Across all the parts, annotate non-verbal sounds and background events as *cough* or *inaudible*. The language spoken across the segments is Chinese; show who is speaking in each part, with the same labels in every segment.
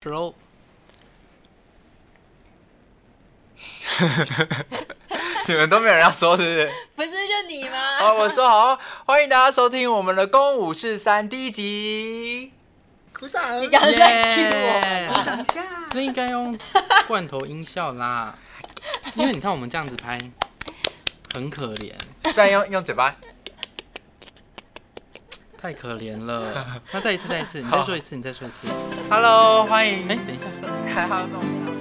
Speaker 1: 是喽。
Speaker 2: 呃
Speaker 1: 你们都没有人要说，是不是？
Speaker 2: 不是就你吗？
Speaker 1: 好，我说好，欢迎大家收听我们的《公五是三》第一集。
Speaker 3: 鼓掌！
Speaker 2: 你刚刚在 cue 我
Speaker 1: 耶
Speaker 2: 们
Speaker 3: 鼓
Speaker 2: 吧
Speaker 3: 掌一下。
Speaker 1: 这应该用罐头音效啦， *laughs* 因为你看我们这样子拍，很可怜，
Speaker 3: 不然用用嘴巴。
Speaker 1: 太可怜了。那再一次，再一次，你再说一次，你再说一次。
Speaker 3: Hello，欢迎。
Speaker 1: 哎等一下，
Speaker 3: 还好弄。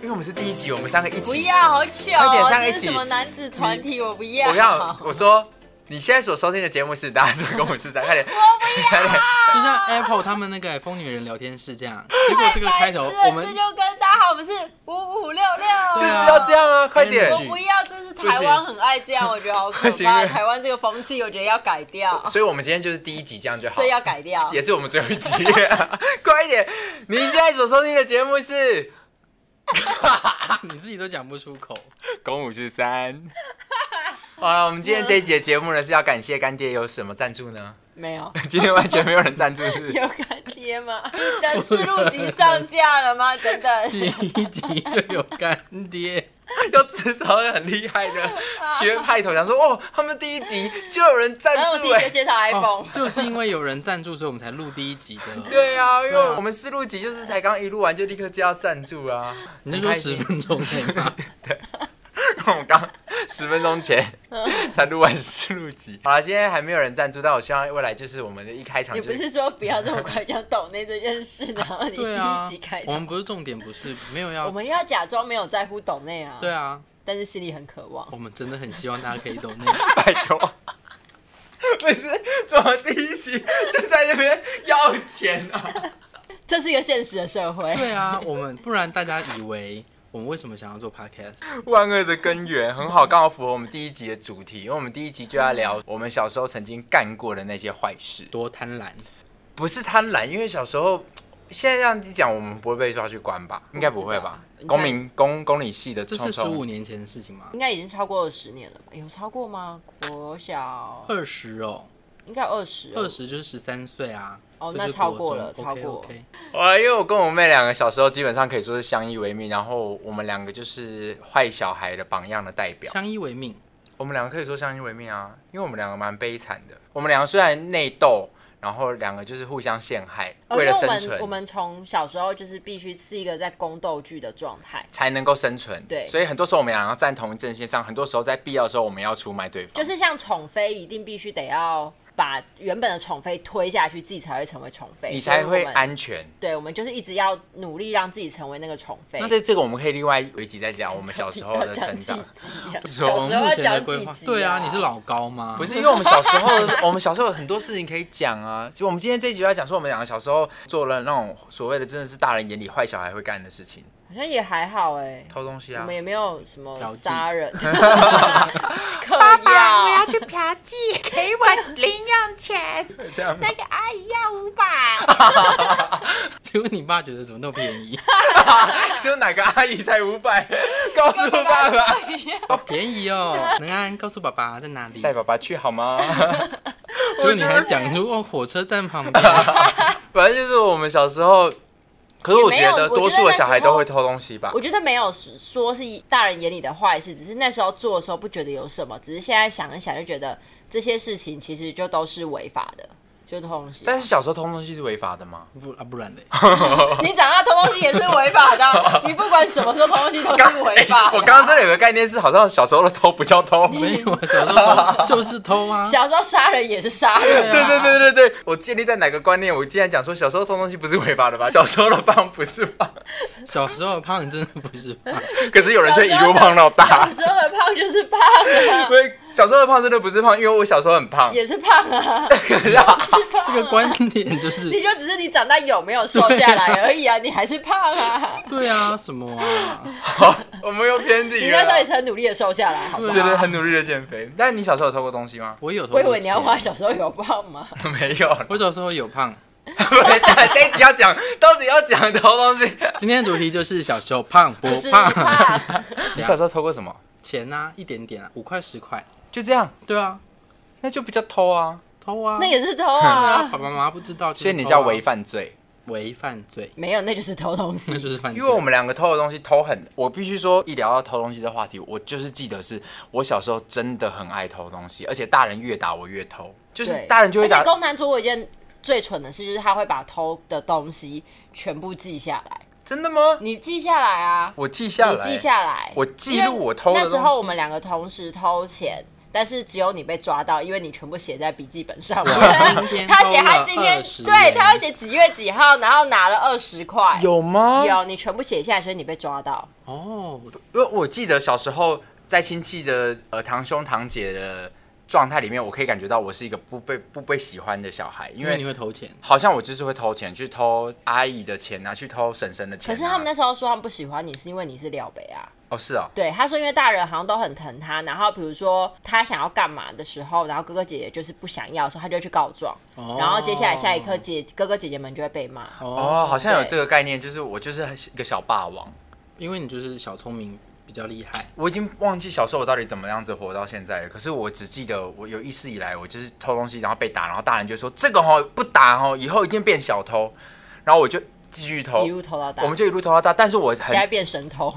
Speaker 3: 因为我们是第一集，我们三个一
Speaker 2: 不
Speaker 3: 起。
Speaker 2: 要，好糗哦！
Speaker 3: 快点上一
Speaker 2: 这
Speaker 3: 起
Speaker 2: 是什么男子团体？我不
Speaker 3: *laughs*
Speaker 2: 要，
Speaker 3: 我要我说，你现在所收听的节目是《大家说跟我是在》，
Speaker 2: *laughs*
Speaker 3: 快点，快点，
Speaker 1: 就像 Apple 他们那个疯女人聊天室这
Speaker 2: *laughs*
Speaker 1: 样，结果这个开头
Speaker 2: 白痴了
Speaker 1: 我们
Speaker 2: 这就跟大家好，我们是五五六六，
Speaker 3: *laughs* 就是要这样啊！快点，
Speaker 2: 我不要，这是台湾很爱这样，我觉得好可
Speaker 3: 不行
Speaker 2: 怕。台湾这个风气，我觉得要改
Speaker 3: *laughs*
Speaker 2: 掉，
Speaker 3: 所以我们今天就是第一集，这样就好
Speaker 2: 哎所以。要改掉。
Speaker 3: 也是我们最后一集， *laughs* 快一点！你现在所收听的节目是《
Speaker 1: *laughs* 你自己都讲不出口。
Speaker 3: 公五十三》。 *laughs* 好了，我们今天这一节节目呢是要感谢干爹，有什么赞助呢？ *laughs*
Speaker 2: 没有， *laughs*
Speaker 3: 今天完全没有人赞助，是不是？
Speaker 2: 有干爹吗？但是录集上架了吗？等
Speaker 1: 第
Speaker 2: 等，
Speaker 1: 一集就有干
Speaker 2: *laughs*
Speaker 1: 爹，
Speaker 3: 要至少很厉害的学派头，想说哦，他们第一集就有人赞
Speaker 2: 然后我
Speaker 3: 助
Speaker 2: 第一个
Speaker 3: 哎。
Speaker 2: 介绍 iPhone，
Speaker 1: 哦就是因为有人赞助，所以我们才录第一集
Speaker 2: *laughs*
Speaker 1: 的。
Speaker 3: 对啊，因为我们试录集就是才刚一录完就立刻接到赞助啊。
Speaker 1: 你是说十分钟内吗？
Speaker 3: *laughs* 我们刚十分钟前
Speaker 2: 嗯
Speaker 3: 才录完试录集。好了，今天还没有人赞助，但我希望未来就是我们的一开场
Speaker 2: 你
Speaker 3: 就
Speaker 2: 不是说不要这么快讲抖内这件事，然后你第
Speaker 1: 对
Speaker 2: 一
Speaker 1: 啊
Speaker 2: 集开，
Speaker 1: 我
Speaker 2: 头
Speaker 1: 们不是重点，不是没有
Speaker 2: 我
Speaker 1: 要。
Speaker 2: 们要假装没有在乎抖内啊，
Speaker 1: 对，啊，
Speaker 2: 但是心里很渴望
Speaker 1: 我。们真的很希望大家可以懂那
Speaker 2: *laughs*
Speaker 3: 拜 *laughs* 托，不是什么第一集就在那边要钱啊？
Speaker 2: 这是一个现实的社会。
Speaker 1: 对啊，我们不然大家以为我们为什么想要做 podcast？
Speaker 3: 万恶的根源很好，刚好符合我们第一集的主题，因为我们第一集就要聊我们小时候曾经干过的那些坏事，
Speaker 1: 多贪婪，
Speaker 3: 不是贪婪，因为小时候。现在这样一讲，我们不会被抓去关吧？应该不会吧
Speaker 2: 我不知？道
Speaker 3: 公民公公理系的
Speaker 1: 这
Speaker 3: 冲
Speaker 1: 是十
Speaker 3: 冲
Speaker 1: 五，年前的事情吗
Speaker 2: 应？该已经超过十年了吧？有超过吗？国小
Speaker 1: 二十哦，
Speaker 2: 应该二十，
Speaker 1: 二十就是十三岁啊。
Speaker 2: 哦
Speaker 1: 所以
Speaker 2: 那
Speaker 1: 就
Speaker 2: 超
Speaker 1: 国
Speaker 2: 过
Speaker 1: 中
Speaker 2: 了超过
Speaker 1: OK，OK
Speaker 3: 哇！因为哎我跟我妹两个小时候基本上可以说是相依为命，然后我们两个就是坏小孩的榜样的代表。
Speaker 1: 相依为命。
Speaker 3: 我们两个可以说相依为命啊，因为我们两个蛮悲惨的。我们两个虽然内斗，然后两个就是互相陷害，
Speaker 2: 哦
Speaker 3: 为了
Speaker 2: 因为
Speaker 3: 生
Speaker 2: 我们我
Speaker 3: 存
Speaker 2: 们从小时候就是必须是一个在宫斗剧的状态，
Speaker 3: 才能够生存。
Speaker 2: 对
Speaker 3: 所以很多时候我们两个要站同一阵线上，很多时候在必要的时候我们要出卖对方。
Speaker 2: 就是像宠妃一定必须得要把原本的宠妃推下去，自己才会成为宠妃，
Speaker 3: 你才
Speaker 2: 所以
Speaker 3: 会
Speaker 2: 我们。
Speaker 3: 安全。
Speaker 2: 对，我们就是一直要努力让自己成为那个宠妃
Speaker 3: 那。在这个我们可以另外有一集再聊我们小时候
Speaker 2: 哎 *laughs* 要
Speaker 3: 的
Speaker 2: 讲
Speaker 3: 成
Speaker 2: 几
Speaker 3: 长。
Speaker 2: 集啊？
Speaker 3: 是我
Speaker 2: 小
Speaker 3: 们
Speaker 2: 时候
Speaker 1: 目
Speaker 2: 要
Speaker 1: 前的
Speaker 2: 讲
Speaker 1: 规
Speaker 2: 几
Speaker 1: 划，
Speaker 2: 集？
Speaker 1: 对啊，你是。老高吗？
Speaker 3: 不是因为我们小时
Speaker 2: *laughs*
Speaker 3: 候，我们小时候有很多事情可以讲啊。就我们今天这一集要讲说，我们两个小时候做了那种所谓的真的是大人眼里坏小孩会干的事情，
Speaker 2: 好像也还好哎、
Speaker 3: 偷东西
Speaker 2: 我
Speaker 3: 啊
Speaker 2: 们。也没有什么
Speaker 1: 嫖妓
Speaker 3: *laughs*
Speaker 2: 杀人。爸爸，我要去嫖妓，给我零用钱。
Speaker 3: 这样吗 *laughs*
Speaker 2: 那个阿姨要五
Speaker 1: *laughs*
Speaker 2: 百。
Speaker 1: 结果你爸觉得怎么那么便
Speaker 2: *laughs*
Speaker 1: 宜？
Speaker 3: 只有哪个阿姨才五百？告诉爸爸，
Speaker 1: 好便宜哦！能安，告诉爸爸在哪里？
Speaker 3: 带爸爸去好吗？
Speaker 1: 结果你还讲出哦，火车站旁边。
Speaker 3: *laughs* *laughs* 反正就是我们小时候，可是我觉
Speaker 2: 也没有
Speaker 3: 得多数的小孩都会偷东西吧
Speaker 2: 我。觉得没有说是大人眼里的坏事，只是那时候做的时候不觉得有什么，只是现在想一想就觉得这些事情其实就都是违法的，就偷东西。
Speaker 3: 但是小时候偷东西是违法的吗？
Speaker 1: 不啊，不然嘞， *laughs*
Speaker 2: 你长大偷东西也是违
Speaker 3: *laughs*
Speaker 2: 法的，啊你不管什么时候偷东西都是违法的。
Speaker 3: 哎我刚刚这里有个概念是，好像小时候的偷不叫
Speaker 2: *laughs*
Speaker 3: 偷。对
Speaker 1: 没有啊，小时候偷就是偷啊。
Speaker 2: 小时候杀人也是杀人、啊，
Speaker 3: 对对对对，我建立在哪个观念？我竟然讲说小时候偷东西不是违法的吧？小 *laughs* 时候的胖不是胖，
Speaker 1: 小时候胖真的不是胖， *laughs*
Speaker 3: 可是有人却一路胖到大
Speaker 2: 小。时候的胖就是胖啊
Speaker 3: *laughs* 因，为小时候的胖真的不是胖，因为我小时候很
Speaker 2: *laughs*
Speaker 3: 胖。
Speaker 2: 也是胖啊，
Speaker 3: 可是啊
Speaker 2: 是胖啊
Speaker 1: 这个观点就是
Speaker 2: *laughs* 你就只是你长大有没有瘦下来而已啊，你还是
Speaker 3: *laughs*
Speaker 2: 胖啊。
Speaker 1: 对啊，什么啊？
Speaker 3: 好 *laughs* 我们又偏
Speaker 2: 你
Speaker 3: 题
Speaker 2: 那时候
Speaker 3: 了。
Speaker 2: 也是啊很努力的瘦下来，
Speaker 3: *laughs*
Speaker 2: 好不
Speaker 1: 对
Speaker 2: 好？
Speaker 3: 对对，很努力的减肥。但你小时候有偷过东西吗？ *laughs*
Speaker 1: 我有偷
Speaker 2: 我
Speaker 1: 过钱，
Speaker 2: 以为你要花小时候有胖吗？
Speaker 3: 没有啦， *laughs*
Speaker 1: 我小时候有胖，
Speaker 3: 这一集要讲到底要讲多少东西？
Speaker 1: 今天的主题就是小时候胖不
Speaker 2: 是
Speaker 1: 胖？
Speaker 3: *laughs*
Speaker 2: 怕
Speaker 3: 你小时候偷过什么？
Speaker 1: *laughs* 钱啊，一点点啊，五块十块。
Speaker 3: 就这样，
Speaker 1: 对啊，
Speaker 3: 那就不叫偷啊，
Speaker 1: 偷啊。
Speaker 2: 那也是偷
Speaker 1: 对啊，
Speaker 2: 啊，
Speaker 1: 爸爸妈妈不知道，
Speaker 3: 所以你
Speaker 1: 就是偷
Speaker 3: 叫
Speaker 1: 啊
Speaker 3: 违犯罪。
Speaker 1: 违犯罪，
Speaker 2: 没有，那就是偷东西
Speaker 1: 那。就是犯罪。
Speaker 3: 因为我们两个偷的东西偷很，我必须说，一聊到偷东西这话题，我就是记得是我小时候真的很爱偷东西，而且大人越打我越偷， *laughs* 就是
Speaker 2: 对哎
Speaker 3: 大人就会
Speaker 2: 而
Speaker 3: 打
Speaker 2: 且。公男做过一件最蠢的事，就是他会把偷的东西全部记下来。
Speaker 3: 真的吗？
Speaker 2: 你记下来啊，
Speaker 3: 我记下来，
Speaker 2: 你记下来，
Speaker 3: 我记录我偷的
Speaker 2: 因为
Speaker 3: 东西。
Speaker 2: 那时候我们两个同时偷钱。但是只有你被抓到，因为你全部写在笔记本上面。 *laughs*
Speaker 1: 我今天
Speaker 2: 他写他
Speaker 1: 偷了
Speaker 2: 今天
Speaker 1: 20
Speaker 2: 对，
Speaker 1: 元
Speaker 2: 他要写几月几号，然后拿了二十块。
Speaker 3: 有啊吗？
Speaker 2: 有，你全部写下来，所以你被抓到。
Speaker 1: 哦，
Speaker 3: 因为我记得小时候在亲戚的呃堂兄堂姐的状态里面，我可以感觉到我是一个不被不被喜欢的小孩，因
Speaker 1: 因为你
Speaker 3: 为
Speaker 1: 会投钱，
Speaker 3: 好像我就是会偷钱，去偷阿姨的钱啊，去偷婶婶的钱、
Speaker 2: 可
Speaker 3: 啊。
Speaker 2: 是他们那时候说他们不喜欢你，是因为你是廖北啊。
Speaker 3: 哦是哦，
Speaker 2: 对，他说因为大人好像都很疼他，然后比如说他想要干嘛的时候，然后哥哥姐姐就是不想要的时候，他就会去告状，
Speaker 1: 哦
Speaker 2: 然后接下来下一刻姐哥哥姐姐们就会被骂。
Speaker 1: 哦，
Speaker 3: 哦好像有
Speaker 2: 对
Speaker 3: 这个概念，就是我就是一个小霸王。
Speaker 1: 因为你就是小聪明比较厉害，
Speaker 3: 我已经忘记小时候我到底怎么样子活到现在了，可是我只记得我有意识以来，我就是偷东西，然后被打，然后大人就说这个哦不打哦，以后一定变小偷，然后我就继续偷
Speaker 2: 一，路偷到大，
Speaker 3: 我们就一路偷到大，但是我很
Speaker 2: 现在 *laughs* 变神偷，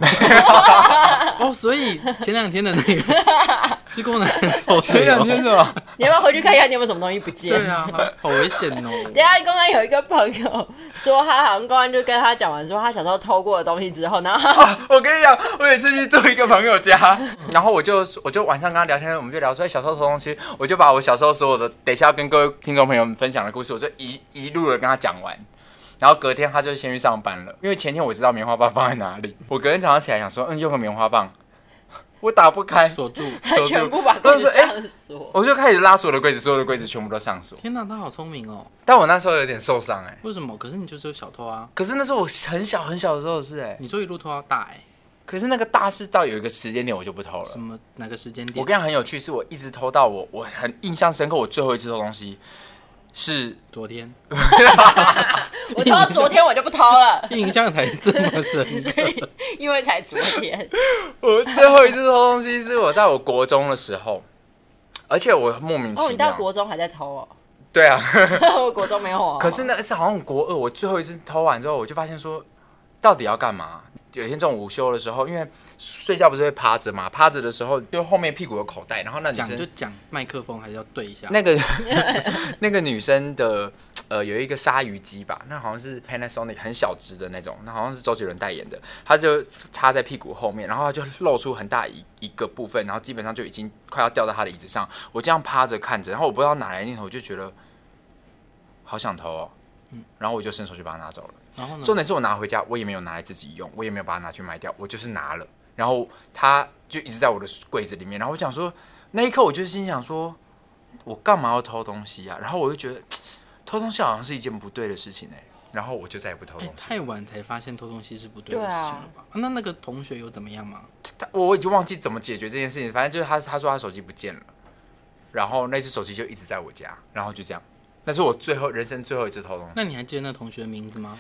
Speaker 1: 哦，所以前两天的那个
Speaker 2: *laughs*
Speaker 1: 是功能投的，
Speaker 3: 怎么？
Speaker 2: 你要不要回去看一下你有没有什么东西不见？
Speaker 1: 对啊，好危险
Speaker 2: *laughs*
Speaker 1: 哦。
Speaker 2: 等一下公安有一个朋友说，他好像公安就跟他讲完说他小时候偷过的东西之后，然后
Speaker 3: 啊 *laughs* 我跟你讲，我有一次去住一个朋友家， *laughs* 然后我就我就晚上跟他聊天，我们就聊说、哎小时候偷东西，我就把我小时候所有的，等一下要跟各位听众朋友们分享的故事，我就一一路的跟他讲完。然后隔天他就先去上班了，因为前天我知道棉花棒放在哪里，我隔天早上起来想说，嗯，用个棉花棒，我打不开，
Speaker 1: 锁住，
Speaker 2: 他
Speaker 3: 手
Speaker 2: 全
Speaker 3: 就
Speaker 2: 部把
Speaker 3: 我
Speaker 2: 柜
Speaker 3: 就说
Speaker 2: 子
Speaker 3: 哎、
Speaker 2: 上锁。
Speaker 3: 我就开始拉所有的柜子，所有的柜子全部都上锁。
Speaker 1: 天哪，他好聪明哦。
Speaker 3: 但我那时候有点受伤哎、
Speaker 1: 为什么？可是你就是有小偷啊！
Speaker 3: 可是那是我很小很小的时候的事哎、
Speaker 1: 你说一路偷到大哎、
Speaker 3: 可是那个大事到有一个时间点我就不偷了
Speaker 1: 什。么哪个时间点？
Speaker 3: 我跟你讲很有趣，是我一直偷到我，我很印象深刻。我最后一次偷东西是，
Speaker 1: 昨天
Speaker 3: 哎
Speaker 2: 我偷到昨天我就不偷了， *laughs*
Speaker 1: 印象才这么深
Speaker 3: *laughs*
Speaker 2: 所
Speaker 1: 刻。
Speaker 2: 以因为才昨天，
Speaker 3: *laughs* 我最后一次偷东西是我在我国中的时候，而且我莫名
Speaker 2: 哦，
Speaker 3: 其
Speaker 2: 你
Speaker 3: 妙。
Speaker 2: 到国中还在偷哦。
Speaker 3: 对啊，
Speaker 2: *laughs* 我国中没有啊。
Speaker 3: 可是那是好像国二，我最后一次偷完之后，我就发现说，到底要干嘛？有一天中午午休的时候，因为睡觉不是会趴着嘛，趴着的时候就后面屁股有口袋，然后那女
Speaker 1: 讲
Speaker 3: 生
Speaker 1: 就讲，麦克风还是要对一下。
Speaker 3: 那个那个 *laughs* 女生的呃有一个鲨鱼机吧，那好像是 Panasonic 很小只的那种，那好像是周杰伦代言的，她就插在屁股后面，然后她就露出很大一一个部分，然后基本上就已经快要掉到她的椅子上。我这样趴着看着，然后我不知道哪来的念头，我就觉得好想投哦，然后我就伸手去把它拿走了。
Speaker 1: 然后呢？
Speaker 3: 重点是我拿回家，我也没有拿来自己用，我也没有把它拿去卖掉，我就是拿了，然后它就一直在我的柜子里面。然后我想说，那一刻我就心想说，我干嘛要偷东西啊？然后我就觉得偷东西好像是一件不对的事情哎、然后我就再也不偷
Speaker 1: 哎、
Speaker 3: 东西。
Speaker 1: 太晚才发现偷东西是不对的
Speaker 2: 对
Speaker 1: 事
Speaker 2: 啊
Speaker 1: 情了吧？啊那那个同学有怎么样吗？
Speaker 3: 他我我已经忘记怎么解决这件事情，反正就是他他说他手机不见了，然后那只手机就一直在我家，然后就这样。那是我最后人生最后一次偷东西。
Speaker 1: 那你还记得那同学的名字吗？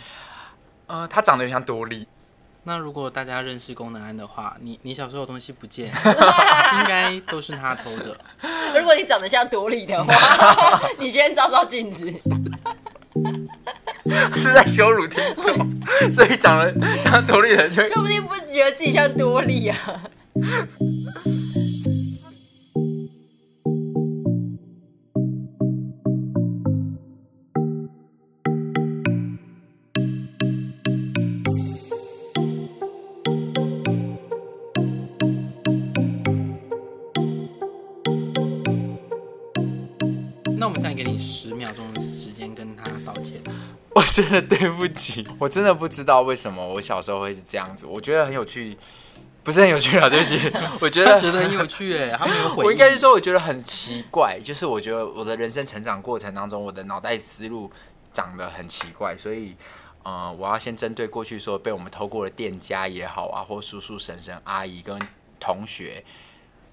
Speaker 3: 呃，他长得有点像多利， *laughs*
Speaker 1: 那如果大家认识功能安的话，你你小时候的东西不
Speaker 3: *laughs*
Speaker 1: 见，应该都是他偷的。
Speaker 2: 如果你长得像独立的话，
Speaker 3: *laughs*
Speaker 2: *laughs* 你先照照镜子。
Speaker 3: 是在羞辱听众，所以长得 *laughs* 像多利的人就会
Speaker 2: 说不定不觉得自己像多利啊。
Speaker 1: 那我们现在给你十秒钟的时间跟他道歉。
Speaker 3: *laughs* 我真的对不起，我真的不知道为什么我小时候会是这样子。我觉得很有趣，不是很有趣啊，对不 *laughs* 起。我觉
Speaker 1: 他
Speaker 3: 得，
Speaker 1: 觉得很有趣哎，他没有回应。
Speaker 3: 我应该是说，我觉得很奇怪，就是我觉得我的人生成长过程当中，我的脑袋思路长得很奇怪，所以。呃，我要先针对过去说被我们偷过的店家也好啊，或叔叔、婶婶、阿姨跟同学，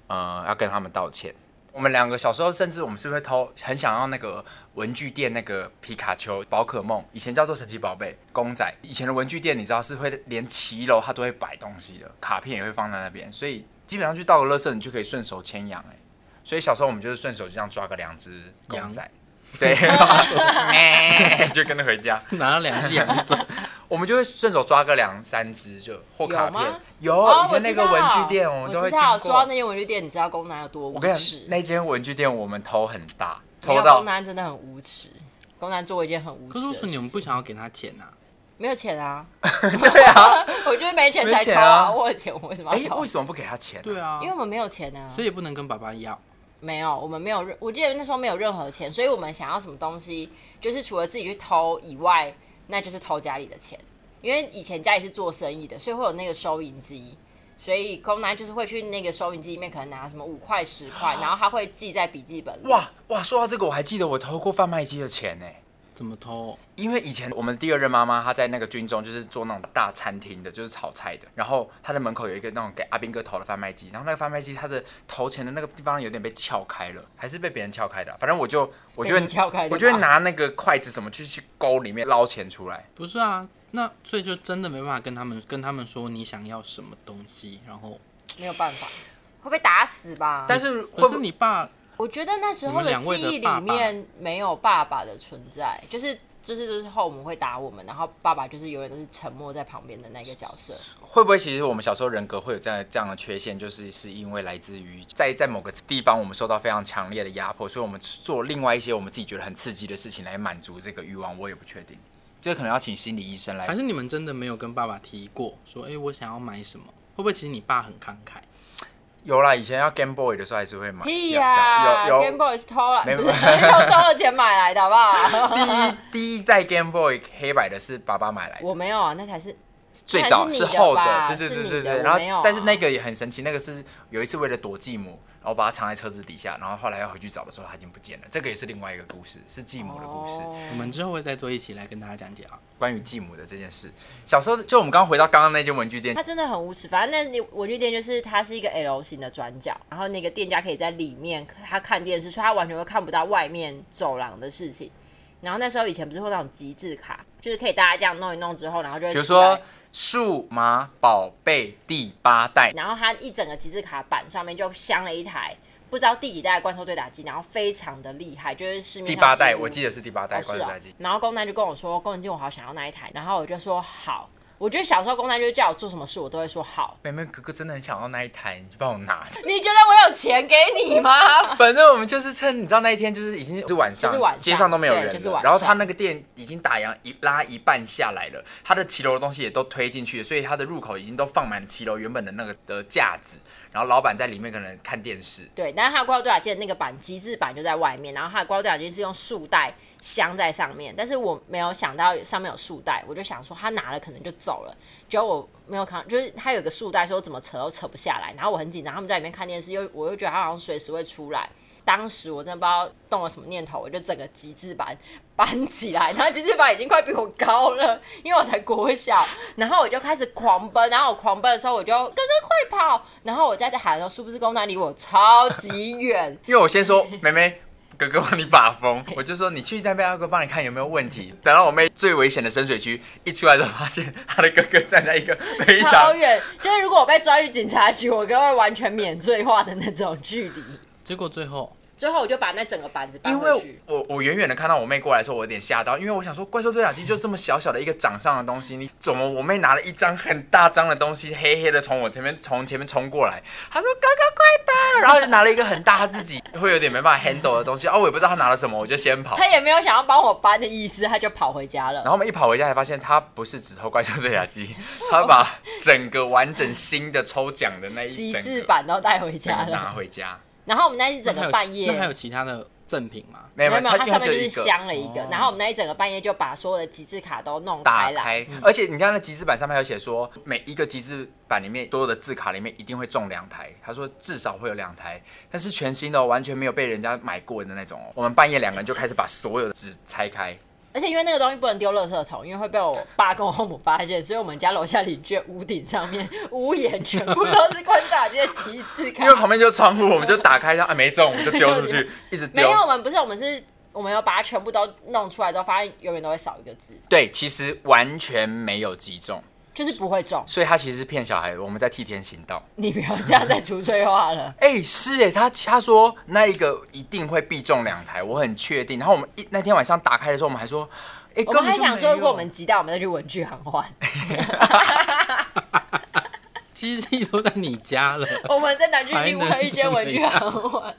Speaker 3: 呃，要跟他们道歉。我们两个小时候，甚至我们是会偷，很想要那个文具店那个皮卡丘、宝可梦，以前叫做神奇宝贝、公仔。以前的文具店你知道是会连骑楼它都会摆东西的，卡片也会放在那边，所以基本上去到了乐色，你就可以顺手牵羊哎、所以小时候我们就是顺手就这样抓个两只公仔，
Speaker 2: *laughs*
Speaker 3: 对，然后说咩就跟着回家。
Speaker 1: 拿了
Speaker 3: *laughs*
Speaker 1: 两只羊走，
Speaker 3: 我们就会顺手抓个两三只，就或卡片
Speaker 2: 有吗。
Speaker 3: 有
Speaker 2: 哦，
Speaker 3: 以前那个
Speaker 2: 我知
Speaker 3: 文
Speaker 2: 道
Speaker 3: 具店我们都会
Speaker 2: 我知
Speaker 3: 经过。
Speaker 2: 道，说到那间文具店，你知道公男有多
Speaker 3: 我
Speaker 2: 无
Speaker 3: 跟你
Speaker 2: 耻
Speaker 3: 讲，？那间文具店我们偷很大，
Speaker 2: 没
Speaker 3: 偷
Speaker 2: 有
Speaker 3: 到
Speaker 2: 公男真的很无耻，公男做过一件很无耻
Speaker 1: 可是
Speaker 2: 的事
Speaker 1: 为
Speaker 2: 情。
Speaker 1: 什么你们不想要给他钱呐、啊？
Speaker 2: 没有钱啊？
Speaker 3: *laughs* 对啊。
Speaker 2: *laughs* 我就是没钱才
Speaker 3: 没
Speaker 2: 偷
Speaker 3: 钱啊
Speaker 2: 我有钱我为什么
Speaker 3: 哎
Speaker 2: 要，偷
Speaker 3: 为？什么不给他钱？
Speaker 1: 对啊
Speaker 2: 因为，我们没有钱啊，
Speaker 1: 所以也不能跟爸爸要。
Speaker 2: 没有，我们没有任，我记得那时候没有任何钱，所以我们想要什么东西，就是除了自己去偷以外，那就是偷家里的钱，因为以前家里是做生意的，所以会有那个收银机。所以公男就是会去那个收银机里面，可能拿什么五块十块，然后他会记在笔记本里。
Speaker 3: 哇哇，说到这个，我还记得我偷过贩卖机的钱呢、
Speaker 1: 怎么偷？
Speaker 3: 因为以前我们第二任妈妈她在那个军中就是做那种大餐厅的，就是炒菜的，然后她的门口有一个那种给阿兵哥投的贩卖机，然后那个贩卖机它的投钱的那个地方有点被撬开了，还是被别人撬开的啊、反正我就我就
Speaker 2: 被你撬开的吧
Speaker 3: 我就会拿那个筷子什么去去勾里面捞钱出来，
Speaker 1: 不是啊，那所以就真的没办法跟他们跟他们说你想要什么东西，然后
Speaker 2: 没有办法，会被打死吧？
Speaker 3: 但是会
Speaker 1: 可
Speaker 3: 不
Speaker 1: 是你爸
Speaker 2: 我觉得那时候
Speaker 1: 你们两
Speaker 2: 记
Speaker 1: 位的
Speaker 2: 忆
Speaker 1: 爸
Speaker 2: 里
Speaker 1: 爸
Speaker 2: 面没有爸爸的存在，就是就是就是后我们会打我们，然后爸爸就是永远都是沉默在旁边的那个角色。
Speaker 3: 会不会其实我们小时候人格会有这样的这样的缺陷，就是是因为来自于在在某个地方我们受到非常强烈的压迫，所以我们做另外一些我们自己觉得很刺激的事情来满足这个欲望，我也不确定。这个可能要请心理医生来
Speaker 1: 还是你们真的没有跟爸爸提过说，哎、我想要买什么？会不会其实你爸很慷慨？
Speaker 3: 有啦，以前要 Game Boy 的时候还是会买。
Speaker 2: 屁
Speaker 3: 有
Speaker 2: 呀
Speaker 3: 有
Speaker 2: ，Game
Speaker 3: 有
Speaker 2: Boy 是偷了，
Speaker 3: 没
Speaker 2: 不是用 *laughs* 偷了钱买来的，好不好？
Speaker 3: *laughs* 第一第一代 Game Boy 黑白的是爸爸买来的，
Speaker 2: 我没有啊，那才是
Speaker 3: 最早
Speaker 2: 那是
Speaker 3: 是
Speaker 2: 你的
Speaker 3: 厚
Speaker 2: 吧
Speaker 3: 对对
Speaker 2: 是
Speaker 3: 对
Speaker 2: 你
Speaker 3: 对
Speaker 2: 的
Speaker 3: 对。
Speaker 2: 我
Speaker 3: 然后
Speaker 2: 没有啊
Speaker 3: 但是那个也很神奇，那个是有一次为了躲继母，然后把它藏在车子底下，然后后来要回去找的时候它已经不见了。这个也是另外一个故事，是继母的故事。
Speaker 2: 哦
Speaker 1: 我们之后会再做一起来跟大家讲解啊。
Speaker 3: 关于继母的这件事。小时候就我们刚刚回到刚刚那间文具店
Speaker 2: 他，真的很无耻。反正那文具店就是它是一个 L 型的转角，然后那个店家可以在里面他看电视，所以他完全会看不到外面走廊的事情。然后那时候以前不是会有那种集字卡，就是可以大家这样弄一弄之后，然后就会
Speaker 3: 比如
Speaker 2: 出
Speaker 3: 说
Speaker 2: 来
Speaker 3: 数码宝贝第八代，
Speaker 2: 然后它一整个集字卡板上面就镶了一台不知道第几代的怪兽对打机，然后非常的厉害，就是市
Speaker 3: 第
Speaker 2: 面上
Speaker 3: 八代
Speaker 2: 几乎
Speaker 3: 我记得是第八代
Speaker 2: 哦
Speaker 3: 关
Speaker 2: 是
Speaker 3: 于
Speaker 2: 哦
Speaker 3: 代机。
Speaker 2: 然后公男就跟我说：“宫崎骏，我好想要那一台。”然后我就说：“好。”我觉得小时候公男就叫我做什么事，我都会说好。
Speaker 3: 妹妹哥哥真的很想要那一台，你帮我拿。 *laughs*
Speaker 2: 你觉得我有钱给你吗？
Speaker 3: 反正我们就是趁你知道那一天就是已经是晚上，
Speaker 2: 就是晚上
Speaker 3: 街上都没有人了。
Speaker 2: 对就是晚上
Speaker 3: 然后他那个店已经打烊一拉一半下来了，他的骑楼的东西也都推进去了，所以他的入口已经都放满了骑楼原本的那个的架子。然后老板在里面可能看电视，？
Speaker 2: 对，但是他的怪兽对打机的那个版极致版就在外面，然后他的怪兽对打机是用束带镶在上面，但是我没有想到上面有束带，我就想说他拿了可能就走了，结果我没有看，就是他有个束带，说我怎么扯都扯不下来，然后我很紧张，他们在里面看电视，又我又觉得他好像随时会出来。当时我真的不知道动了什么念头，我就整个极致版 *laughs* 搬起来，然后极致版已经快比我高了，因为我才国小，然后我就开始狂奔，然后我狂奔的时候我就哥哥快跑，然后我在这喊的时候，是不是公男离我超级远
Speaker 3: 因为我先说，妹妹，哥哥帮你把风，我就说你去那边，哥哥帮你看有没有问题。等到我妹最危险的深水区一出来的时候，发现她的哥哥站 *laughs* 在一个非
Speaker 2: 超
Speaker 3: 常
Speaker 2: 远，就是如果我被抓去警察局，我哥会完全免罪化的那种距离。
Speaker 1: 结果最后
Speaker 2: 最后我就把那整个板子搬
Speaker 3: 因
Speaker 2: 回
Speaker 3: 为
Speaker 2: 去。
Speaker 3: 我我远远的看到我妹过来的时候，我有点吓到，因为我想说怪兽对讲啊机就这么小小的一个掌上的东西，你怎么我妹拿了一张很大张的东西，黑黑的从我前面从前面冲过来，她说哥哥快跑，然后就拿了一个很大她自己会有点没办法 handle 的东西，哦我也不知道她拿了什么，我就哦先跑。
Speaker 2: 他也没有想要帮我搬的意思，他就跑回家了
Speaker 3: 然。后我们一跑回家，才发现他不是只偷怪兽对讲
Speaker 2: *laughs*
Speaker 3: 机，他把整个完整新的抽奖的那一
Speaker 2: 极
Speaker 3: 整
Speaker 2: 致
Speaker 3: 个
Speaker 2: 版都带回
Speaker 3: 整
Speaker 2: 家
Speaker 3: 个拿
Speaker 2: 了。
Speaker 3: 回家。
Speaker 2: 然后我们那一整
Speaker 1: 那还
Speaker 2: 个
Speaker 1: 有
Speaker 2: 半
Speaker 1: 其
Speaker 2: 夜，
Speaker 1: 那还有其他的赠品吗？
Speaker 3: 没有
Speaker 2: 没有没有，
Speaker 3: 他
Speaker 2: 它上
Speaker 3: 用
Speaker 2: 面
Speaker 3: 这
Speaker 2: 就是
Speaker 3: 一个哦
Speaker 2: 镶了一个。然后我们那一整个半夜就把所有的极致卡都弄
Speaker 3: 打
Speaker 2: 开来。
Speaker 3: 开，而且你看那集资版上面还有写说，每一个集资版里面所有的字卡里面一定会中两台，他说至少会有两台，但是全新的、哦、完全没有被人家买过的那种、哦。我们半夜两个人就开始把所有的纸拆开，
Speaker 2: 而而且因为那个东西不能丢垃圾桶，因为会被我爸跟我后母发现，所以我们家楼下邻居的屋顶上面屋檐全部都是关大街旗帜卡
Speaker 3: 因为。旁边就是窗户，我们就打开一下，啊，没中，我们就丢出
Speaker 2: *laughs*
Speaker 3: 去，一直
Speaker 2: 没
Speaker 3: 丢
Speaker 2: 有，。我们不是，我们是，我们有把它全部都弄出来之后，发现永远都会少一个字，
Speaker 3: 对，其实完全没有击中，
Speaker 2: 就是不会中。
Speaker 3: 所以他其实是骗小孩，我们在替天行道。
Speaker 2: 你不要这样再除罪化了。
Speaker 3: 哎、是哎，他他说那一个一定会必中两台，我很确定。然后我们一那天晚上打开的时候，我们还说，哎、
Speaker 2: 我
Speaker 3: *laughs* 根本
Speaker 2: 们还
Speaker 3: 就没有。
Speaker 2: 想说，如果我们急到，我们再去文具行
Speaker 3: *laughs*
Speaker 2: 换。
Speaker 1: 机器都在你家
Speaker 2: *laughs*
Speaker 1: 了，
Speaker 2: 我们再拿去另外一间文具行换。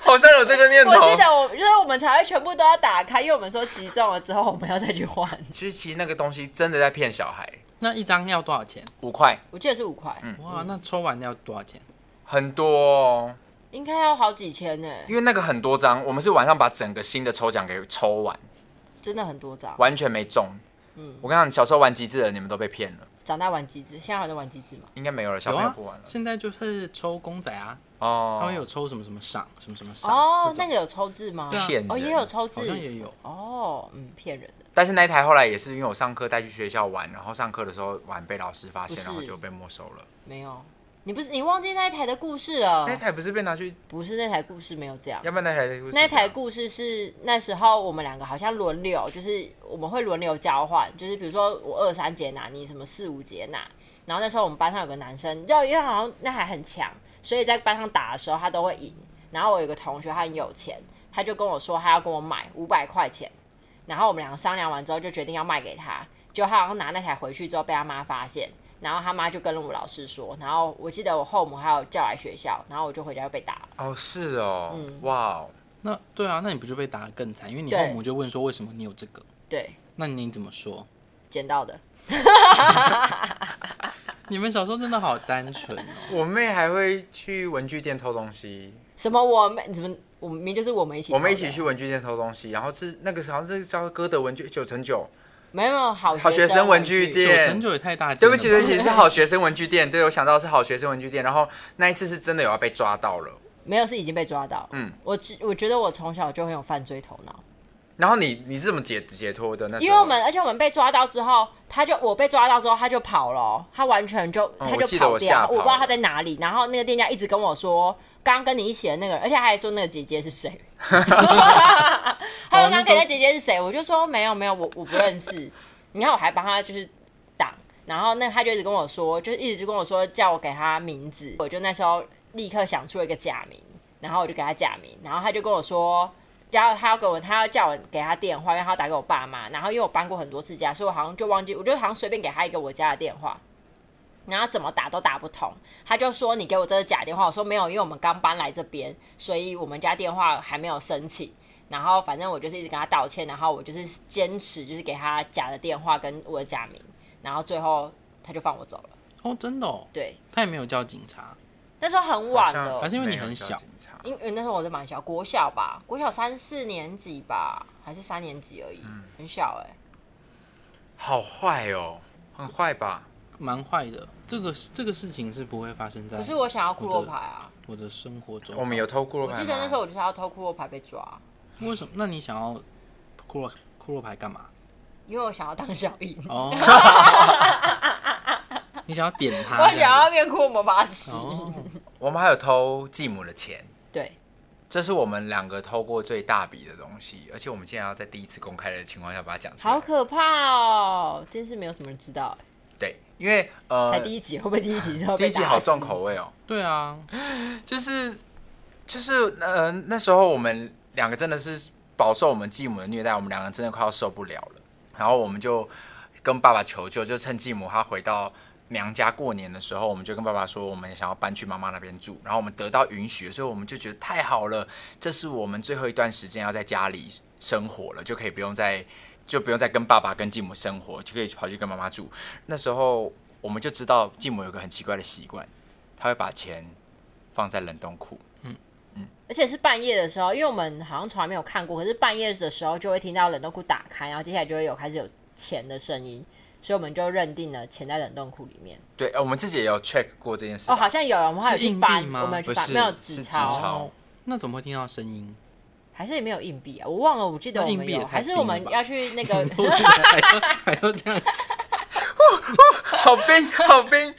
Speaker 3: 好像有这个念头，
Speaker 2: 我记得我，就是我们才会全部都要打开，因为我们说集中了之后，我们要再去换。
Speaker 3: 其实其实那个东西真的在骗小孩，
Speaker 1: 那一张要多少钱？
Speaker 3: 五块
Speaker 2: 我记得是五块，
Speaker 1: 哇，那抽完要多少钱？
Speaker 3: 很多、哦，
Speaker 2: 应该要好几千呢、
Speaker 3: 因为那个很多张，我们是晚上把整个新的抽奖给抽完，
Speaker 2: 真的很多张。
Speaker 3: 完全没中。嗯，我跟你讲，小时候玩机智的你们都被骗了，
Speaker 2: 长大玩机子，现在还在玩机子吗？
Speaker 3: 应该没有了，小
Speaker 1: 有
Speaker 3: 朋友
Speaker 1: 啊
Speaker 3: 不玩，了。
Speaker 1: 现在就是抽公仔啊，他
Speaker 3: 哦
Speaker 1: 会，有抽什么什么赏，什么什么赏
Speaker 2: 哦，
Speaker 1: 种
Speaker 2: 那个有抽字吗？
Speaker 3: 对啊骗人
Speaker 2: 哦，也有抽字
Speaker 1: 好，像也有。
Speaker 2: 哦，嗯，骗人的。
Speaker 3: 但是那一台后来也是因为我上课带去学校玩，然后上课的时候玩被老师发
Speaker 2: 不
Speaker 3: 现，
Speaker 2: 是
Speaker 3: 然后就被没收了。
Speaker 2: 没有，你不是你忘记那一台的故事了
Speaker 3: 那？台不是被拿去，
Speaker 2: 不是那台故事没有这样。
Speaker 3: 要不然那台就是
Speaker 2: 那台故事是那时候我们两个好像轮流，就是我们会轮流交换，就是比如说我二三节拿，你什么四五节拿。然后那时候我们班上有个男生，你知道，因为好像那还很强，所以在班上打的时候他都会赢。然后我有个同学他很有钱，他就跟我说他要跟我买五百块钱。然后我们两个商量完之后就决定要卖给他，就他好像拿那台回去之后被他妈发现。然后他妈就跟了我老师说，然后我记得我后母还有叫来学校，然后我就回家就被打了。
Speaker 3: 哦是哦，
Speaker 2: 嗯
Speaker 3: 哇哦，
Speaker 1: 那对啊，那你不就被打得更惨？因为你
Speaker 2: 对
Speaker 1: 后母就问说为什么你有这个，
Speaker 2: 对，
Speaker 1: 那你怎么说？
Speaker 2: 捡到的。
Speaker 1: 你们小时候真的好单纯哦。
Speaker 3: 我妹还会去文具店偷东西，
Speaker 2: 什么我们怎么我们明明就是我们一起，
Speaker 3: 我们一起去，文具店偷东西，然后是那个好像是叫歌德文具九乘九，
Speaker 2: 没有没有好
Speaker 3: 好学生
Speaker 2: 生
Speaker 3: 文具
Speaker 2: 具
Speaker 1: 九
Speaker 3: 店
Speaker 1: 成九也太大，
Speaker 3: 对不起对不，起，是好学生文具店，对我想到是好学生文具店，然后那一次是真的有要被抓到了，
Speaker 2: 没有是已经被抓到。
Speaker 3: 嗯
Speaker 2: 嗯，我只我觉得我从小就很有犯罪头脑，
Speaker 3: 然后你你是怎么解解脱的？那时候
Speaker 2: 因为我们而且我们被抓到之后，他就我被抓到之后他就跑了哦，他完全就
Speaker 3: 嗯
Speaker 2: 他
Speaker 3: 我
Speaker 2: 就
Speaker 3: 记得
Speaker 2: 跑
Speaker 3: 我吓
Speaker 2: 掉，
Speaker 3: 跑
Speaker 2: 我不知道他在哪里。然后那个店家一直跟我说。刚刚跟你一起的那个人，而且他还说那个姐姐是谁，他说刚刚跟那姐姐是谁，我就说没有没有，我我不认识。你看我还帮他就是档，然后那他就一直跟我说，就是一直就跟我说叫我给他名字，我就那时候立刻想出了一个假名，然后我就给他假名，然后他就跟我说。然后他要给我，他要叫我给他电话，因为他要打给我爸妈。然后因为我搬过很多次家，所以我好像就忘记，我就好像随便给他一个我家的电话，然后怎么打都打不通。他就说你给我这个假电话，我说没有，因为我们刚搬来这边，所以我们家电话还没有申请。然后反正我就是一直跟他道歉，然后我就是坚持就是给他假的电话跟我的假名，然后最后他就放我走了。
Speaker 1: 哦，真的哦，
Speaker 2: 对，
Speaker 1: 他也没有叫警察，
Speaker 2: 那时候很
Speaker 3: 好
Speaker 2: 晚
Speaker 3: 像
Speaker 2: 了
Speaker 1: 还，是因为你
Speaker 3: 没有
Speaker 1: 很
Speaker 3: 叫
Speaker 1: 小
Speaker 3: 警察
Speaker 2: 因为那时候我在蛮小，国小吧，国小三四年级吧，还是三年级而已，
Speaker 3: 嗯
Speaker 2: 很小哎、
Speaker 3: 好坏哦，很坏吧？
Speaker 1: 蛮坏的。这个这个事情是不会发生在
Speaker 2: 可是我想要库洛牌啊，
Speaker 1: 我的生活中。
Speaker 3: 我们有偷过
Speaker 2: 我
Speaker 3: 牌
Speaker 2: 记得
Speaker 3: 吗
Speaker 2: 那时候我就是要偷库洛牌被抓，
Speaker 1: 为什么？那你想要骷髅骷髅牌干嘛？
Speaker 2: 因为我想要当小
Speaker 3: *laughs*
Speaker 2: 樱， *laughs*
Speaker 1: 哦，你想要点
Speaker 3: 啊
Speaker 1: 他？
Speaker 2: 我想要变库洛魔法师。
Speaker 1: 哦，
Speaker 3: 我们还有偷继母的钱，
Speaker 2: 对，
Speaker 3: 这是我们两个偷过最大笔的东西，而且我们竟然要在第一次公开的情况下把它讲出
Speaker 2: 好
Speaker 3: 来。
Speaker 2: 可怕哦，真是没有什么人知道、
Speaker 3: 对，因为
Speaker 2: 欸，
Speaker 3: 呃
Speaker 2: 才，第一集，会不会第一集之后
Speaker 3: 第
Speaker 2: 被
Speaker 3: 一集
Speaker 2: 打
Speaker 3: 好
Speaker 2: 死
Speaker 3: 重口味哦，
Speaker 1: 对啊，
Speaker 3: 就是就是呃那时候我们两个真的是饱受我们继母的虐待，我们两个真的快要受不了了，然后我们就跟爸爸求救，就趁继母她回到。娘家过年的时候，我们就跟爸爸说，我们想要搬去妈妈那边住，然后我们得到允许，所以我们就觉得太好了，这是我们最后一段时间要在家里生活了，就可以不用再就不用再跟爸爸跟继母生活，就可以跑去跟妈妈住。那时候我们就知道继母有个很奇怪的习惯，她会把钱放在冷冻库。
Speaker 2: 而且是半夜的时候，因为我们好像从来没有看过，可是半夜的时候就会听到冷冻库打开，然后接下来就会有开始有钱的声音，所以我们就认定了钱在冷冻库里面。
Speaker 3: 对，呃，我们自己也有 check 过这件事
Speaker 2: 哦，
Speaker 3: 吧。
Speaker 2: 好像有，我们还有
Speaker 1: 是硬
Speaker 2: 去
Speaker 1: 币
Speaker 2: 翻，
Speaker 1: 吗
Speaker 2: 我们有去
Speaker 3: 不
Speaker 2: 翻，
Speaker 3: 是
Speaker 2: 没有
Speaker 3: 是
Speaker 2: 纸
Speaker 3: 纸钞
Speaker 2: 钞，
Speaker 1: 哦，那怎么会听到声音？
Speaker 2: 还是也没有硬币啊，我忘了，我记得
Speaker 1: 那
Speaker 2: 我
Speaker 1: 硬
Speaker 2: 们
Speaker 1: 币也
Speaker 2: 有，
Speaker 1: 太
Speaker 2: 还是
Speaker 1: 低
Speaker 2: 我
Speaker 1: 了
Speaker 2: 们
Speaker 1: 吧
Speaker 2: 要去那个
Speaker 3: *laughs*
Speaker 1: 露出来还要还要这样，
Speaker 3: *laughs* 好冰， *laughs* 好冰。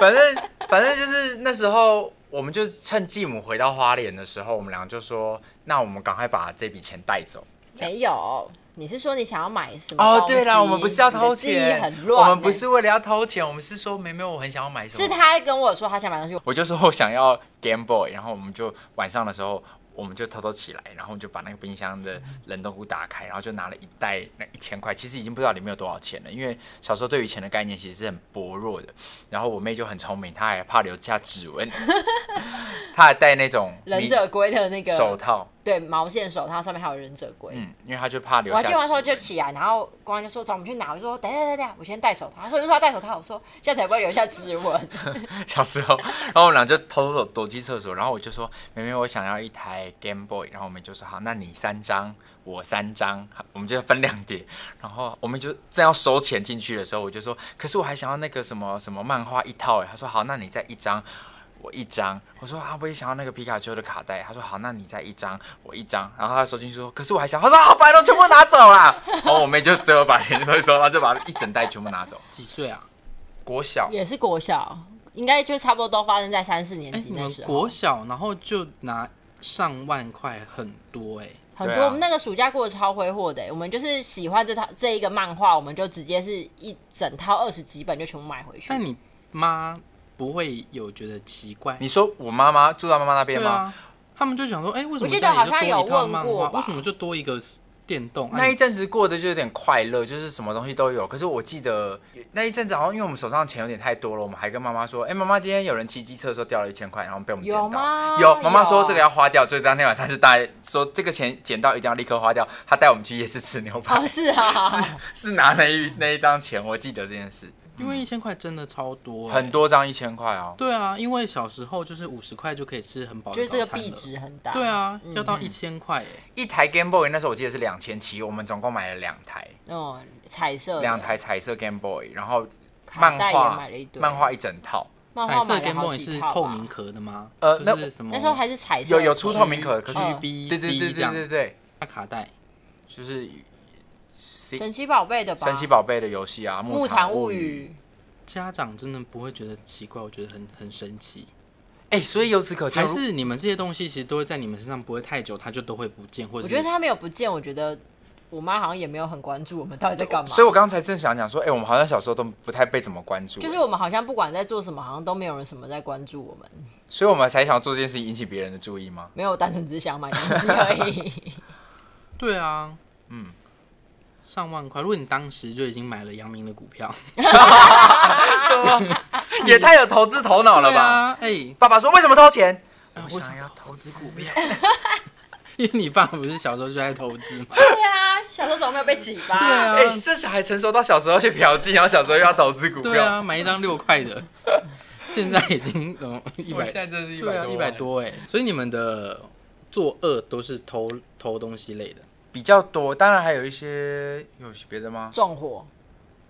Speaker 3: 反正反正就是那时候，我们就趁继母回到花莲的时候，我们俩就说，那我们赶快把这笔钱带走。
Speaker 2: 没有？你是说你想要买什么？
Speaker 3: 哦，对了，我们不是要偷
Speaker 2: 你的记忆
Speaker 3: 钱，
Speaker 2: 很
Speaker 3: 我
Speaker 2: 乱欸、
Speaker 3: 们不是为了要偷钱，我们是说妹妹，我很想要买什么。
Speaker 2: 是他跟我说他想买东西，
Speaker 3: 我就说我想要 Game Boy，然后我们就晚上的时候，我们就偷偷起来，然后我们就把那个冰箱的冷冻库打开，然后就拿了一袋那一千块，其实已经不知道里面有多少钱了，因为小时候对于钱的概念其实是很薄弱
Speaker 2: *laughs*
Speaker 3: 的。然后我妹就很聪明，她还怕留下指纹， *laughs* 她还戴那种
Speaker 2: *laughs* 忍者龟的那
Speaker 3: 迷手
Speaker 2: 个
Speaker 3: 套，
Speaker 2: 对毛线手套，上面还有忍者龟。
Speaker 3: 嗯，因为她就怕留
Speaker 2: 我还
Speaker 3: 下
Speaker 2: 记
Speaker 3: 指
Speaker 2: 得那时候就
Speaker 3: 纹。
Speaker 2: 起来，然后公安就说找我们去拿，我就说等一下等一下等一下，我先戴手套。他说你为什么要戴手套？我说这样才不会留下指 *laughs* 纹。
Speaker 3: 小时候， *laughs* 然后我们俩就偷偷躲躲进厕所，然后我就说：“妹妹，我想要一台 Game Boy。”然后我们就说：“好，那你三张，我三张，好我们就分两叠。”然后我们就正要收钱进去的时候，我就说：“可是我还想要那个什么什么漫画一套。”哎，他说：“好，那你再一张。”我一张，我说啊，我也想要那个皮卡丘的卡带。他说好，那你再一张，我一张。然后他收进去说，可是我还想，他说好，把都全部拿走啦。 *laughs* 然后我妹就只有把钱收一收，然后就把一整袋全部拿走。
Speaker 1: 几岁啊？
Speaker 3: 国小
Speaker 2: 也是国小，应该就差不多都发生在三四年
Speaker 1: 哎、
Speaker 2: 级
Speaker 1: 你
Speaker 2: 那
Speaker 1: 们
Speaker 2: 时候。
Speaker 1: 国小然后就拿上万块，很多哎、
Speaker 2: 很
Speaker 3: 对
Speaker 2: 多，
Speaker 3: 啊
Speaker 2: 我们那个暑假过得超挥霍的、我们就是喜欢这套这一个漫画，我们就直接是一整套二十几本就全部买回去。
Speaker 1: 但你妈不会有觉得奇怪？
Speaker 3: 你说我妈妈住到妈妈那边
Speaker 1: 对
Speaker 3: 吗？
Speaker 1: 啊，他们就想说，哎、为什
Speaker 2: 我
Speaker 1: 么
Speaker 2: 记得
Speaker 1: 家里
Speaker 2: 好
Speaker 1: 就
Speaker 2: 像
Speaker 1: 多
Speaker 2: 有
Speaker 1: 一套
Speaker 2: 问
Speaker 1: 漫
Speaker 2: 过
Speaker 1: 画？
Speaker 2: 吧
Speaker 1: 为什么就多一个电动？啊
Speaker 3: 那
Speaker 1: 你
Speaker 3: 一阵子过得就有点快乐，就是什么东西都有。可是我记得那一阵子好像因为我们手上的钱有点太多了，我们还跟妈妈说：“哎、妈妈，今天有人骑机车的时候掉了一千块，然后被我们捡
Speaker 2: 有
Speaker 3: 到。”
Speaker 2: 吗？
Speaker 3: 有，妈妈说这个要花掉，所以当天晚上就大家说这个钱捡到一定要立刻花掉。她带我们去夜市吃牛排，
Speaker 2: *laughs* 哦，是啊，
Speaker 3: *laughs*
Speaker 2: *laughs*
Speaker 3: 是是拿那一那一张钱，我记得这件事，
Speaker 1: 因为一千块真的超多、哎
Speaker 3: 很。多张一千块哦。
Speaker 1: 对啊，因为小时候就是五十块就可以吃很饱
Speaker 2: 就
Speaker 1: 的
Speaker 2: 是这
Speaker 1: 早
Speaker 2: 个
Speaker 1: 餐
Speaker 2: 币
Speaker 1: 了。
Speaker 2: 值很大。
Speaker 1: 对，啊，
Speaker 2: 嗯
Speaker 1: 要到一千块哎，
Speaker 3: 一台 Game Boy 那时候我记得是两千七，我们总共买了两台，
Speaker 2: 哦，彩色的
Speaker 3: 两台彩色 Game Boy，然后
Speaker 2: 卡
Speaker 3: 漫
Speaker 2: 带也
Speaker 3: 画
Speaker 2: 买了一堆，
Speaker 3: 漫画一整套。
Speaker 2: 漫
Speaker 1: 彩
Speaker 2: 画
Speaker 1: 色
Speaker 2: 买了
Speaker 1: Game
Speaker 2: 好
Speaker 1: Boy
Speaker 2: 几
Speaker 1: 是
Speaker 2: 套吧
Speaker 1: 透明壳的吗？
Speaker 3: 呃那
Speaker 1: 就是什么？
Speaker 2: 那时候还是彩色
Speaker 3: 有
Speaker 2: 的，
Speaker 3: 有出透明壳，可是
Speaker 1: G
Speaker 2: 嗯
Speaker 1: B
Speaker 3: 对对
Speaker 1: C
Speaker 3: 对
Speaker 1: 这
Speaker 3: 对
Speaker 1: 样
Speaker 3: 对对，
Speaker 1: 卡带，
Speaker 3: 就是神
Speaker 2: 神奇宝贝的吧？
Speaker 3: 神奇宝贝的游戏啊，《
Speaker 2: 牧
Speaker 3: 场
Speaker 2: 场物
Speaker 3: 语》。
Speaker 2: 语，
Speaker 1: 家长真的不会觉得奇怪，我觉得很很神奇。
Speaker 3: 哎，所以由此可见，
Speaker 1: 还是你们这些东西其实都会在你们身上不会太久，它就都会不见，或
Speaker 2: 我
Speaker 1: 者
Speaker 2: 觉得
Speaker 1: 是
Speaker 2: 他没有不见，我觉得我妈好像也没有很关注我们到底在干嘛。
Speaker 3: 所以我刚才正想讲说，哎，我们好像小时候都不太被怎么关注，
Speaker 2: 就是我们好像不管在做什么，好像都没有人什么在关注我们，
Speaker 3: 所以我们才想做这件事引起别人的注意
Speaker 2: *laughs*
Speaker 3: 吗？
Speaker 2: 没有单纯只是想买东西而已。
Speaker 1: 对啊，嗯，上万块。如果你当时就已经买了阳明的股票，
Speaker 3: 怎么也太有投资头脑了
Speaker 1: 对
Speaker 3: 吧？
Speaker 1: 啊，哎，
Speaker 3: 爸爸说为什么偷钱？
Speaker 1: 哎
Speaker 3: 我
Speaker 1: 我
Speaker 3: 想
Speaker 1: 想
Speaker 3: 要投资股票。
Speaker 1: *laughs* 因为你爸不是小时候就在投资吗？
Speaker 2: 对啊，小时候怎么没有被启发？
Speaker 1: 对啊
Speaker 3: 哎，这小孩成熟到小时候去嫖妓，然后小时候又要投资股
Speaker 1: 对
Speaker 3: 票。
Speaker 1: 啊，买一张六块的，现在已经怎么一
Speaker 3: 我
Speaker 1: 百
Speaker 3: 现在真的是一
Speaker 1: 对
Speaker 3: 百
Speaker 1: 啊，
Speaker 3: 多，
Speaker 1: 一百。多哎、所以你们的作恶都是偷偷东西类的，
Speaker 3: 比较多，当然还有一些有别的吗？
Speaker 2: 纵火，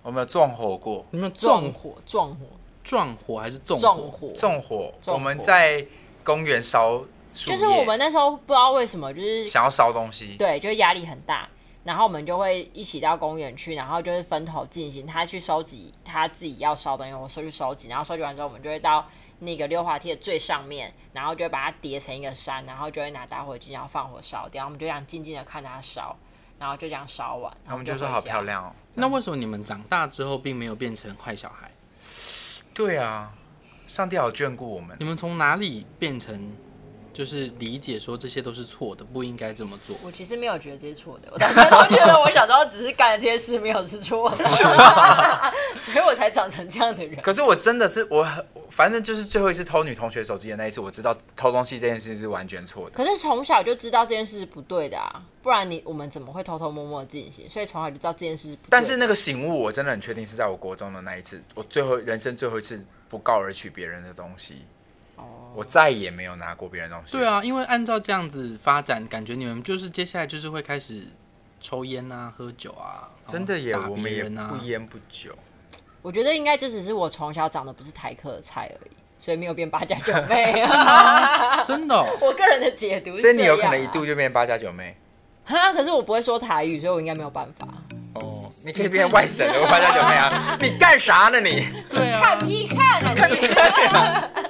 Speaker 3: 我们有纵火过，
Speaker 1: 你们
Speaker 2: 纵
Speaker 1: 撞
Speaker 2: 火，纵火，
Speaker 1: 撞火还是纵
Speaker 2: 纵
Speaker 1: 火？
Speaker 2: 火，
Speaker 3: 纵火，
Speaker 2: 纵火
Speaker 3: 我们在公园烧树
Speaker 2: 就
Speaker 3: 叶，
Speaker 2: 是我们那时候不知道为什么，就是
Speaker 3: 想要烧东西，
Speaker 2: 对，就是压力很大。然后我们就会一起到公园去，然后就是分头进行，他去收集他自己要烧的东西，我说去收集，然后收集完之后，我们就会到那个溜滑梯的最上面，然后就会把它叠成一个山，然后就会拿打火机，然后放火烧掉。我们就这样静静的看它烧，然后就这样烧完，然后
Speaker 3: 他
Speaker 2: 我
Speaker 3: 们
Speaker 2: 就
Speaker 3: 就说
Speaker 2: 回
Speaker 3: 好
Speaker 2: 家
Speaker 3: 漂。亮哦。
Speaker 1: 那为什么你们长大之后并没有变成坏小孩？
Speaker 3: 对啊，上帝好眷顾我们
Speaker 1: 你。们从哪里变成就是理解说这些都是错的，不应该这么做？
Speaker 2: 我其实没有觉得这是错的，我到现在都觉得我小时候只是干了这些事，没有是错
Speaker 3: *laughs*
Speaker 2: 的，所以我才长成这样的人。
Speaker 3: 可是我真的是我很，反正就是最后一次偷女同学手机的那一次，我知道偷东西这件事是完全错的。
Speaker 2: 可是从小就知道这件事是不对的啊，不然你我们怎么会偷偷摸摸的进行？所以从小就知道这件事是不对的。
Speaker 3: 但是那个醒悟，我真的很确定是在我国中的那一次，我最后人生最后一次不告而取别人的东西，
Speaker 2: 哦，
Speaker 3: 我再也没有拿过别人的东西。
Speaker 1: 对，啊，因为按照这样子发展，感觉你们就是接下来就是会开始抽烟啊、喝酒啊，然后
Speaker 3: 真的也
Speaker 1: 打
Speaker 3: 我们
Speaker 1: 别
Speaker 3: 也
Speaker 1: 人啊
Speaker 3: 不。烟不酒。
Speaker 2: 我觉得应该这只是我从小长得不是台客的菜而已。所以没有变八加九妹。啊。
Speaker 1: 真的哦、
Speaker 3: *laughs*
Speaker 2: 我个人的解读是这
Speaker 3: 所以
Speaker 2: 样啊，
Speaker 3: 你有可能一度就变八加九妹。
Speaker 2: 哈，可是我不会说台语，所以我应该没有办法。
Speaker 3: 哦，你可以变外省的八加九
Speaker 1: *laughs*
Speaker 3: 妹啊！你干啥呢你？
Speaker 1: 对啊
Speaker 2: *laughs* 看， *laughs* 屁看啊你！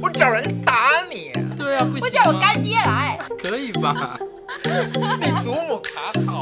Speaker 3: 我找人打你，
Speaker 1: 对啊，不行
Speaker 2: 我叫我
Speaker 1: 吗
Speaker 2: 干爹来。
Speaker 1: 可以吧？
Speaker 3: 你祖母卡好。